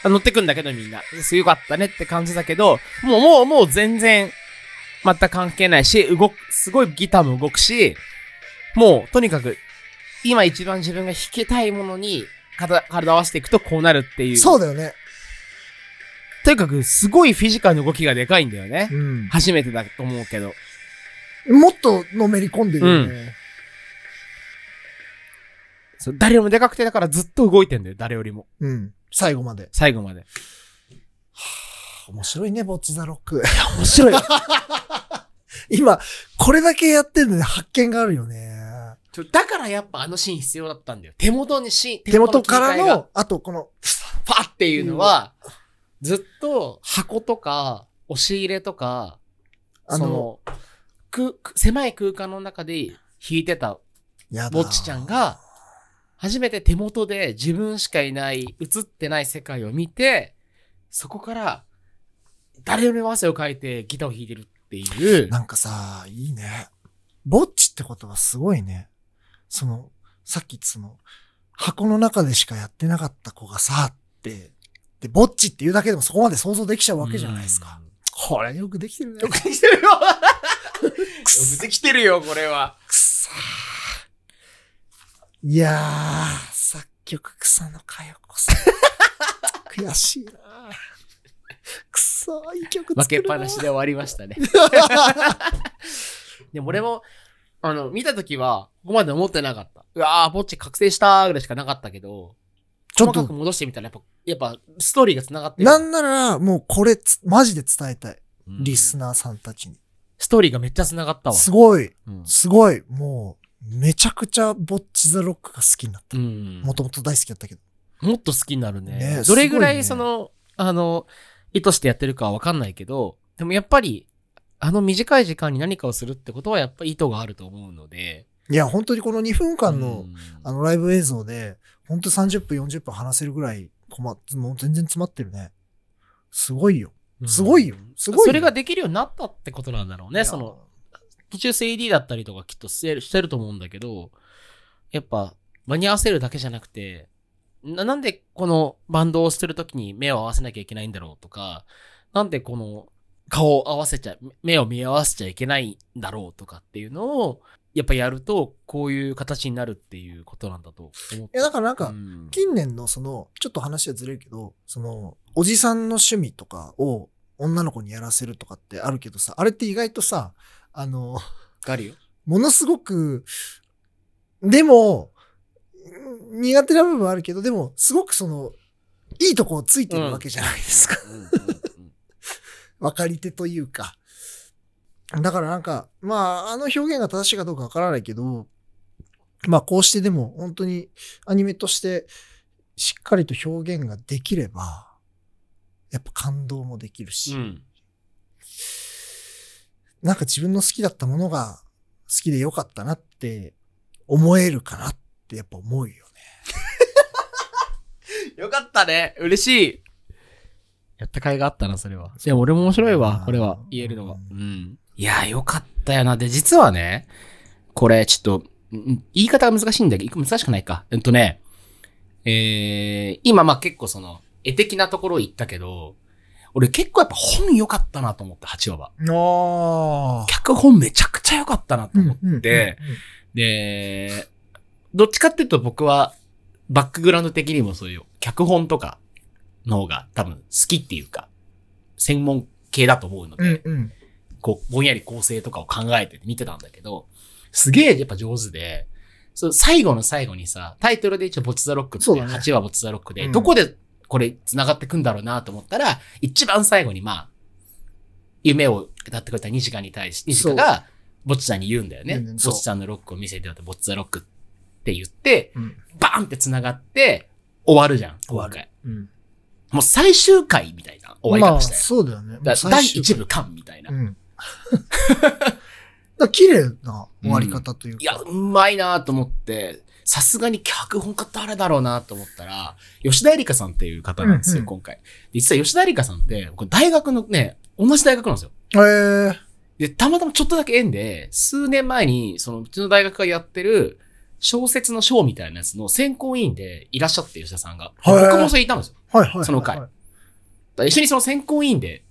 A: あ乗ってくんだけどみんな。ですよかったねって感じだけど、もう、もう、もう全然、全く関係ないし、動く、すごいギターも動くし、もう、とにかく、今一番自分が弾けたいものに、体、体を合わせていくとこうなるっていう。
B: そうだよね。
A: とにかく、すごいフィジカルの動きがでかいんだよね。
B: うん。
A: 初めてだと思うけど。
B: もっとのめり込んでるよね。
A: そう誰よりもでかくて、だからずっと動いてんだよ、誰よりも。
B: うん。最後まで。
A: 最後まで。
B: 面白いね、ぼっちザロック。
A: 面白い。
B: 今、これだけやってるので発見があるよね。
A: ちょだからやっぱあのシーン必要だったんだよ。手元にシーン、
B: 手元から
A: 手元切り替えが
B: の、あとこの、
A: パッっていうのは、ずっと箱とか、押し入れとか、
B: あ
A: そ
B: の、
A: の、く、く狭い空間の中で弾いてた
B: やだ
A: ぼっちちゃん、が、初めて手元で自分しかいない、映ってない世界を見て、そこから、誰よりも汗をかいてギターを弾いてるっていう。
B: なんかさ、いいね。ぼっちってことはすごいね。その、さっきその、箱の中でしかやってなかった子がさ、って、で、ぼっちっていうだけでもそこまで想像できちゃうわけじゃないですか。これよくできてる ね。
A: よくできてるよよくできてるよ、これは。
B: くさーいやー、作曲草野佳代子 さん。悔しいなーくそー、いい 曲作るなー
C: 負けっぱなしで終わりま したね。でも俺も、あの、見たときは、ここまで思ってなかった。うわー、ぼっち覚醒したーぐらいしかなかったけど、
B: ちょっ
C: 細かく
B: と、
C: 戻してみたら、やっぱ、やっぱ、ストーリーが繋がってる。
B: なんなら、もうこれつ、マジで伝えたい。リス
C: ナー。
B: ナーさんたちに。
C: ストーリーがめっちゃ繋がったわ。
B: すごい、
C: うん
B: すごい、もう、めちゃくちゃ、ぼっちザロックが好きになった。
C: うん。
B: もともと大好きだったけど。
C: もっと好きになるね。
B: ねえ
C: どれぐら
B: すごいね
C: いその、あの、意図してやってるかはわかんないけど、でもやっぱり、あの短い時間に何かをするってことはやっぱり意図があると思うので。
B: いや、本当にこの2分間の、
C: うん
B: あのライブ映像で、本当30分、40分話せるぐらい、困っ、もう全然詰まってるね。すごいよ。すごいよ
C: うん
B: すごいよ
C: それができるようになったってことなんだろう
B: い
C: ね。
B: や
C: その、、途中 CD だったりとかきっとしてるしてると思うんだけど、やっぱ、間に合わせるだけじゃなくて、ななんでこのバンドをしてる時に目を合わせなきゃいけないんだろうとか、なんでこの顔を合わせちゃ、目を見合わせちゃいけないんだろうとかっていうのを、やっぱやると、こういう形になるっていうことなんだと思っ
B: い
C: て。
B: や、だからなんか
C: う、ん
B: 近年のその、ちょっと話はずれるけど、その、おじさんの趣味とかを女の子にやらせるとかってあるけどさ、あれって意外とさ、あの、
C: あるよ。
B: ものすごく、でも、うん苦手な部分はあるけど、でも、すごくその、いいとこをついてるわけじゃないですか。
C: うんうんうん
B: 分かり手というか。だからなんか、まあ、あの表現が正しいかどうかわからないけど、まあ、こうしてでも、本当にアニメとして、しっかりと表現ができれば、やっぱ感動もできるし、
C: うん。うん
B: なんか自分の好きだったものが好きでよかったなって思えるかなってやっぱ思うよね。
C: よかったね。嬉しい。やった甲斐があったな、それは。でも俺も面白いわ、これは。言えるのが。うん。いや、よかったよな。で、実はね、これ、ちょっと、うん言い方が難しいんだけど、難しくないか。うんとね、えー、今、まあ結構その、絵的なところ言ったけど、俺結構やっぱ本良かったなと思って、8話は。
B: あ
A: 脚本めちゃくちゃ良かったなと思って。
B: あ
A: で、で、どっちかっていうと僕は、バックグラウンド的にもそういう、脚本とかの方が多分好きっていうか、専門系だと思うので、
B: うんうん。
A: こう、ぼんやり構成とかを考えて見てたんだけど、すげえやっぱ上手で、そう最後の最後にさ、タイトルで一応ボツザロックって、
B: そうだね
A: 8話ボツザロックで、
B: うん
A: どこでこれ繋がってくんだろうなと思ったら、一番最後にまあ、夢を語ってくれたニジカに対し、ニジカが、ボッチさんに言うんだよね。
B: うんう
A: ボ
B: ん
A: ッチさんのロックを見せてよって、ボッチザロックって言って、
B: うん
A: バーンって繋がって、終わるじゃん。
B: 終わ
A: 今
B: る
A: 回
B: うん。
A: もう最終回みたいな終わり
B: ま
A: 方
B: あ、
A: したよ。
B: そうだよね。
A: だから第1
B: 部。
A: 部完みたいな。
B: うん。だ から綺麗な終わり方というか。
A: いや、うまいなと思って、さすがに脚本家誰だろうなと思ったら、吉田絵里香さんっていう方なんですよ、
B: うんうん
A: 今回。で実は吉田絵里香さんって、僕大学のね、同じ大学なんですよ。
B: え
A: で、たまたまちょっとだけ縁で、数年前に、その、うちの大学がやってる、小説の賞みたいなやつの選考委員でいらっしゃって、吉田さんが。
B: へー
A: 僕もそれいたんですよ。
B: ー、はいはいはいはい。
A: その回だから一緒にその選考委員で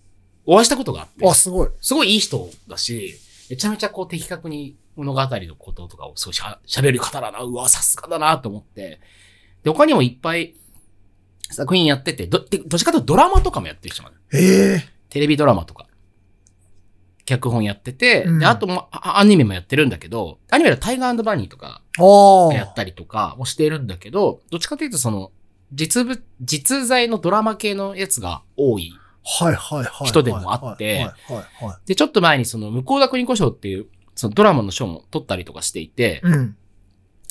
A: お会いしたことがあって。
B: あ、すごい。
A: すごいいい人だし、めちゃめちゃこう的確に物語のこととかをすごいしゃ喋る方だな、うわ、さすがだなと思って。で、他にもいっぱい作品やってて、ど、でどっちかというとドラマとかもやってる人なの。
B: ええ
A: テレビドラマとか。脚本やってて、
B: うん
A: で、あともあアニメもやってるんだけど、アニメはタイガーバニーとか
B: ああ。
A: やったりとかもしてるんだけど、どっちかというとその、実物、実在のドラマ系のやつが多い
B: はいはいはい。
A: 人でもあって
B: はいはいは
A: で、ちょっと前にその、向田邦子賞っていう、そのドラマの賞も取ったりとかしていて
B: い。、うん。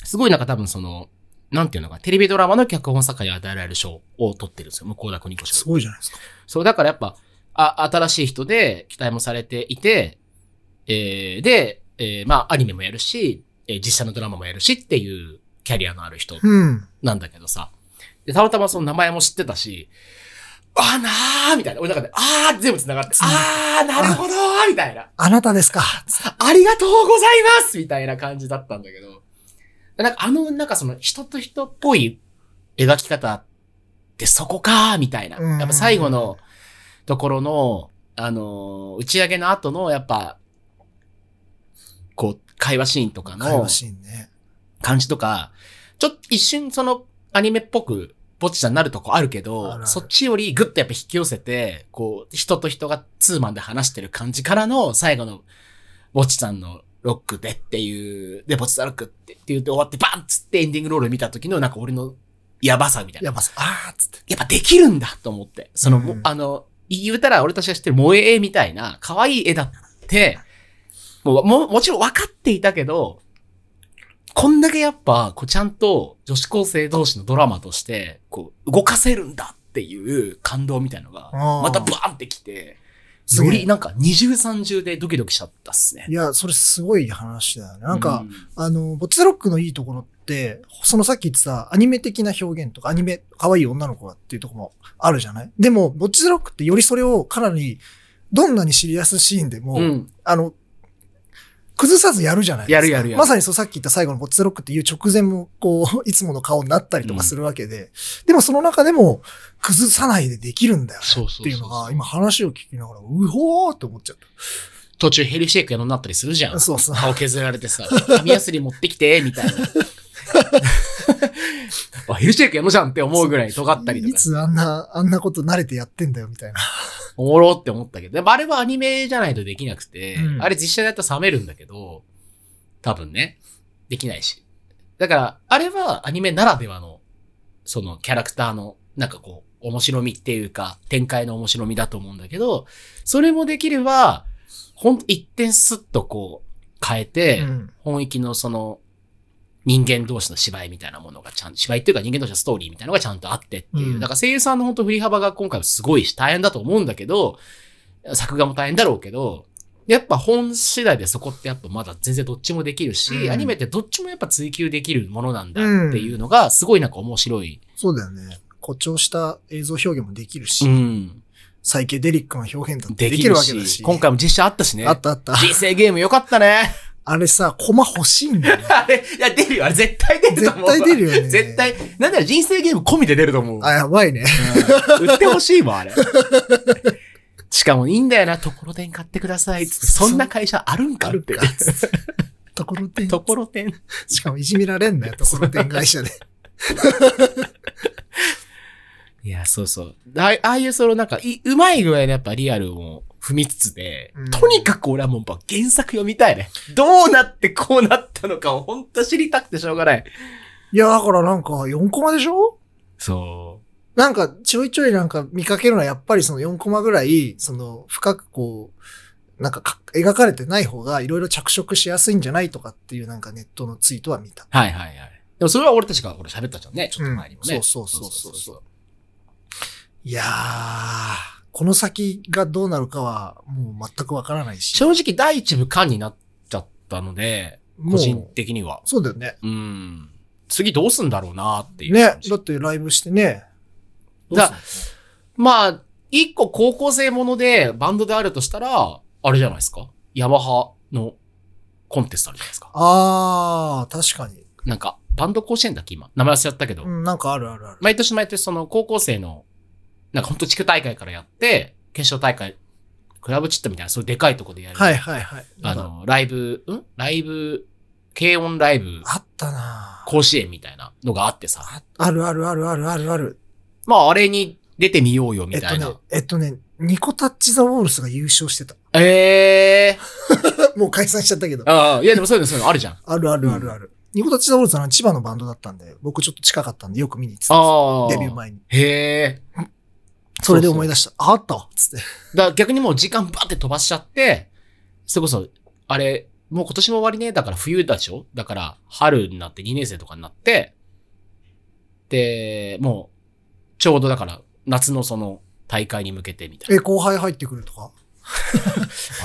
A: すごいなんか多分その、なんていうのか、テレビドラマの脚本作家に与えられる賞を取ってるんですよ、向田邦子
B: す
A: 賞。
B: ごいじゃないですか。
A: そう、だからやっぱ、あ、新しい人で期待もされていて、えー、で、えー、まあ、アニメもやるし、えー、実写のドラマもやるしっていうキャリアのある人
B: うん。
A: なんだけどさ。で、たまたまその名前も知ってたし、あーなーみたいな。俺の中で、あー全部繋がって、
B: 繋がっ
A: あーなるほどーみたいな。
B: あなたですか。
A: ありがとうございますみたいな感じだったんだけど、なんかあの、なんかその人と人っぽい描き方ってそこかーみたいな。
B: うん
A: やっぱ最後のところの、あのー打ち上げの後の、やっぱ、こう、会話シーンとか
B: 会
A: の
B: 話シーンね。
A: 感じとか、ちょっと一瞬そのアニメっぽく、ぼっちゃになるとこあるけど
B: あるある
A: そっちよりぐっとやっぱ引き寄せて、こう、人と人がツーマンで話してる感じからの最後のぼっちさんのロックでっていう、で、ぼっちさんロックってって言って終わってバンっつってエンディングロール見た時のなんか俺のやばさみたいな。
B: やっぱさ、あーっつって。
A: やっぱできるんだと思って。その、
B: うん
A: もあの、言うたら俺たちが知ってる萌え絵みたいな可愛い絵だって、もう、も、もちろん分かっていたけど、こんだけやっぱ、こうちゃんと女子高生同士のドラマとして、こう、動かせるんだっていう感動みたいのが、
B: あー
A: またブワーンってきて、
B: す
A: よ
B: ごい
A: りなんか二重三重でドキドキしちゃったっすね
B: い。や、それすごい話だよね。なんか、
A: う、
B: あの、ボッチザロックのいいところって、そのさっき言ってたアニメ的な表現とか、アニメ、可愛い女の子がっていうところもあるじゃないでも、ボッチザロックってよりそれをかなり、どんなにシリアスシーンでも、
A: うん。
B: あの、崩さずやるじゃないですか。
A: やるやるやる
B: まさにそうさっき言った最後のボッチザロックっていう直前も、こう、い つもの顔になったりとかするわけで、でもその中でも、崩さないでできるんだよね。
A: そうそ
B: っていうのが、今話を聞きながら、うほーって思っちゃっ
A: 途中ヘルシェイクやのになったりするじゃ
B: た。
A: ん。
B: そうそう。
A: 顔削られてさ、紙やすり持ってきて、みたい な。あ、ヘルシェイクやのじゃんって思うぐらい尖ったり
B: い
A: とか、
B: つあんな、あんなこと慣れてやってんだよ、みたいな。
A: おもろって思ったけど、でもあれはアニメじゃないとできなくて、
B: うん
A: あれ実写でやったら冷めるんだけど、多分ね、できないし。だから、あれはアニメならではの、そのキャラクターの、なんかこう、面白みっていうか、展開の面白みだと思うんだけど、それもできれば、ほんと一点スッとこう、変えて、
B: うん
A: 本域のその人間同士の芝居みたいなものがちゃんと、芝居っていうか人間同士のストーリーみたいなのがちゃんとあってっていう。
B: うん
A: だから声優さんの本当振り幅が今回はすごいし大変だと思うんだけど、作画も大変だろうけど、やっぱ本次第でそこってやっぱまだ全然どっちもできるし、
B: うん
A: アニメってどっちもやっぱ追求できるものなんだっていうのがすごいなんか面白い。
B: そうだよね。誇張した映像表現もできるし、
A: ん。
B: サイケデリックな表現だって
A: で
B: で
A: き
B: きる
A: る
B: わけだし。
A: し、今回も実写あったしね。
B: あったあった。
A: 人生ゲームよかったね。
B: あれさ、コマ欲しいんだよね。
A: あれ、いや出るよ。あれ絶対出ると
B: 絶
A: 思うわ。
B: 対出るよね。
A: 絶。対、なんなら人生ゲーム込みで出ると思う。
B: あ、やばいね。
A: 売ってほしいもん、あれ。 しかもいいんだよな、ところてん買ってくださいっつって。そんな会社あるんか
B: あ
A: っ
B: る
A: て
B: か。。 ところてん。
A: ところてん。
B: しかもいじめられんだよ、ところてん会社で。
A: いや、そうそう。あああいう、そのなんか、い、うまい具合でやっぱリアルを踏みつつで、
B: うん
A: とにかく俺はもうやっぱ原作読みたいね。どうなってこうなったのかをほんと知りたくてしょうがない。
B: いや、だからなんか4コマでしょ
A: そ
B: なんか、ちょいちょいなんか見かけるのはやっぱりその4コマぐらい、その深くこう、なんかか描かれてない方がいろいろ着色しやすいんじゃないとかっていうなんかネットのツイートは見た。
A: う。はいはいはい。でもそれは俺たちが、俺喋ったじゃんね、ちょっと前にもね。。
B: うんそうそうそうそうそういやー、この先がどうなるかはもう全くわからないし。
A: 正直第一部完になっちゃったので、個
B: もう
A: 人的には。
B: そうだよね。
A: うん。次どうすんだろうなっていう
B: ね
A: 感。じ。
B: だってライブしてね。
A: だ
B: どうす
A: まあ、一個高校生ものでバンドであるとしたら、あれじゃないですか。ヤマハのコンテストあるじゃないですか
B: んの。あー、確かに。
A: なんか、バンド甲子園だっけ今。名前忘れちゃったけど。
B: うん、なんかあるあるある。
A: 毎年毎年その高校生の、なんかほんと地区大会からやって、決勝大会、クラブチットみたいな、そういうでかいとこでやる。
B: はいはいはい。
A: あの、ライブ、んライブ、軽音ライブ、
B: あったな
A: 甲子園みたいなのがあってさ。
B: ああるあるあるあるあるある。
A: まあ、あれに出てみようよ、みたいな。
B: えっとね、えっとね、ニコタッチ・ザ・ウォールスが優勝してた。
A: ええ
B: もう解散しちゃったけど。
A: ああ、いやでもそういうの、そういうのあるじゃん。あ
B: あるあるあるある。ニコタッチ・ザ・ウォールスは千葉のバンドだったんで、僕ちょっと近かったんでよく見に行ってたん
A: あ
B: です。デビュー前に。
A: へえ。
B: それで思い出した。ああったわつって。
A: だから逆にもう時間バって飛ばしちゃって、それこそ、あれ、もう今年も終わりね。だから冬だでしょだから春になって2年生とかになって、で、もう、ちょうどだから夏のその大会に向けてみたい
B: え、後輩入ってくるとか。
A: な。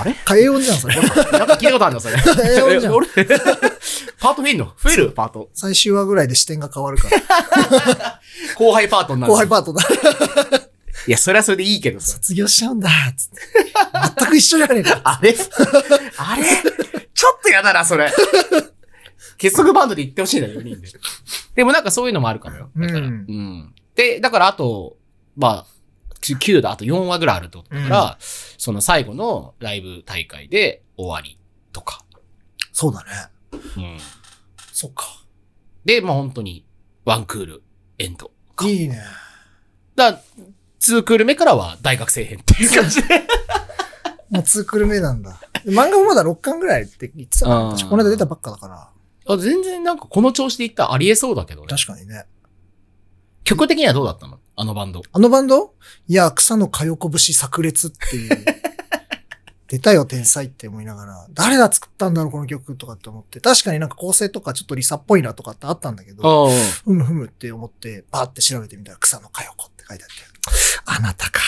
A: あれ
B: 変えようじゃん、それ。
A: なんか聞いたことあるんだ、それ。
B: 変え ようじゃん。
A: 俺パート増えんの増えるパート。
B: 最終話ぐらいで視点が変わる から。
A: 後輩パートになる。
B: 後輩パートだ。
A: いや、それはそれでいいけどさ。
B: 卒業しちゃうんだ。つって。 全く一緒じゃねえか。
A: あれあれちょっとやだな、それ。結束バンドで行ってほしいんだよ、4人で。でもなんかそういうのもあるかもよ。だから。
B: う
A: うんん。で、だからあと、まあ、9だ、あと4話ぐらいあるってことだから、その最後のライブ大会で終わりとか。
B: そうだね。
A: うん。
B: そっか。
A: で、まあ本当に、ワンクール、エンド。
B: いいね。
A: だツークール目からは大学生編っていう感じで。
B: もう2クール目なんだ。漫画もまだ6巻ぐらいって言ってたから
A: うん
B: 私この間出たばっかだから。
A: あ全然なんかこの調子でいったらありえそうだけどね。
B: 確かにね。
A: 曲的にはどうだったのあのバンド。
B: あのバンドいや、草のかよこぶし炸裂って いう。出たよ、天才って思いながら。誰が作ったんだろう、この曲とかって思って。確かになんか構成とかちょっとリサっぽいなとかってあったんだけど、
A: ああ。
B: ふむふむって思って、バーって調べてみたら草のかよこって書いてあって。あなたか。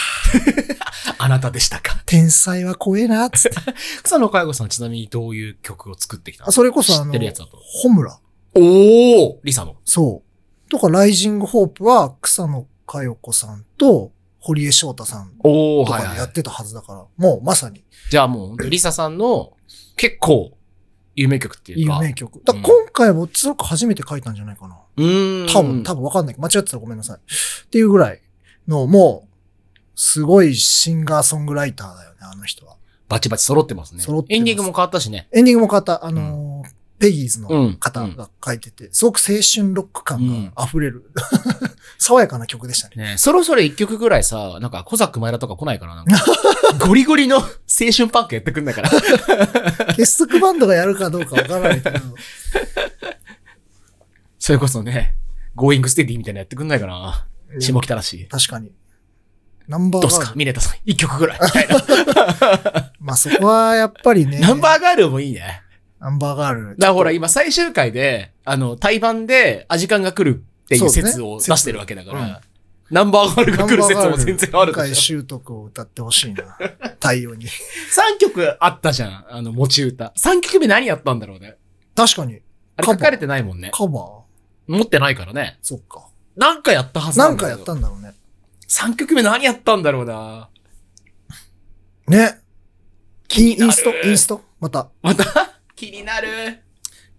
A: あなたでしたか。
B: 天才は怖えな、 つって。
A: 草野佳代子さんちなみにどういう曲を作ってきた
B: あ
A: の
B: それこそあ
A: 知っ
B: の
A: てるやつだと、
B: ホムラ。
A: おおリサの。
B: そう。とか、ライジングホープは草野佳代子さんと堀江翔太さん
A: おお
B: と
A: はい
B: かでや
A: はい
B: っ。てたはずだから、もうまさに
A: じゃあもう本当にリサさんの結構有名曲っていう
B: 有
A: か。
B: 名曲。だから
A: うん
B: 今回もつろく初めて書いたんじゃないかな。
A: うーん。
B: 多分、多分わかんない。間違ってたらごめんなさい。っていうぐらいの、もう、すごいシンガーソングライターだよね、あの人は。
A: バチバチ揃ってますね。
B: 揃ってま
A: エ
B: す
A: ンディングも変わったしね。
B: エンディングも変わった、あのーペギーズの
A: ん
B: 方が書いてて、すごく青春ロック感が溢れる、 爽やかな曲でしたね。
A: ねそろそろ一曲ぐらいさ、なんか、コザックマイラとか来ないから、なんか、 ゴリゴリの青春パンクやってくんだから。
B: 結束バンドがやるかどうかわからないけど、
A: それこそね、ゴーイングステディみたいなのやってくんないかな。 下北らしい。
B: 確かに。ナンバー
A: ど
B: ガ
A: うす
B: ー
A: か
B: ル。
A: ミネタさん、一曲ぐらい。みたいな
B: まあそこはやっぱりね。
A: ナンバーガールもいいね。
B: ナンバーガール。
A: だからほら、今最終回で、あの、対バンで、アジカンが来るっていう説を出してるわけだから、
B: そうね
A: ナンバーガール
B: ナ
A: が
B: ン
A: 来
B: バ
A: る
B: ー
A: 説
B: ガール
A: も全然ある
B: 今回
A: でしょ。
B: 習得を歌ってほしいな。太 陽に。
A: 3曲あったじゃん、あの、持ち歌。3曲目何やったんだろうね。
B: 確かに。
A: あれ
B: カ
A: 書
B: バー
A: かれてないもんね。
B: カバー
A: 持ってないからね。
B: そっか。
A: なんかやったはず
B: な
A: なんんだ
B: か
A: け
B: や
A: ど。
B: ったんだろうね。
A: 3曲目何やったんだろうな。
B: ね。イ
A: な
B: ン
A: る
B: インストインストまた。
A: また 気になる。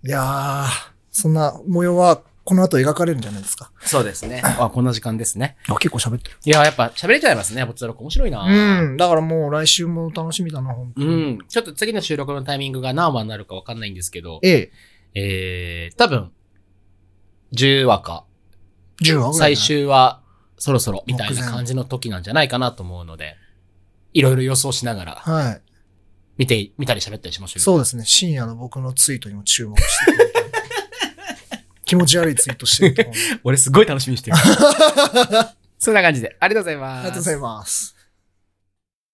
B: いやー、そんな模様はこの後描かれるんじゃないですか。
A: そうです ね。あ、こんな時間ですね。
B: あ、結構喋ってる。
A: いや、やっぱ喋れちゃいますね。ボッツロック面白いな。
B: うん。だからもう来週も楽しみだな、本当
A: う
B: に。
A: ん。ちょっと次の収録のタイミングが何話になるかわかんないんですけど、
B: ええ。
A: えー、多分、10話か、
B: 10話ぐら
A: 最
B: いだな。
A: 終話、そろそろ、みたい
B: 目
A: な
B: 前
A: 感じの時なんじゃないかなと思うので、いろいろ予想しながら、
B: はい。
A: 見て、見たり喋ったりしましょうよ。
B: そうですね。深夜の僕のツイートにも注目していただい て。気持ち悪いツイートしてると思う。
A: 俺すごい楽しみにしてる。そんな感じで、ありがとうございます。
B: ありがとうございます。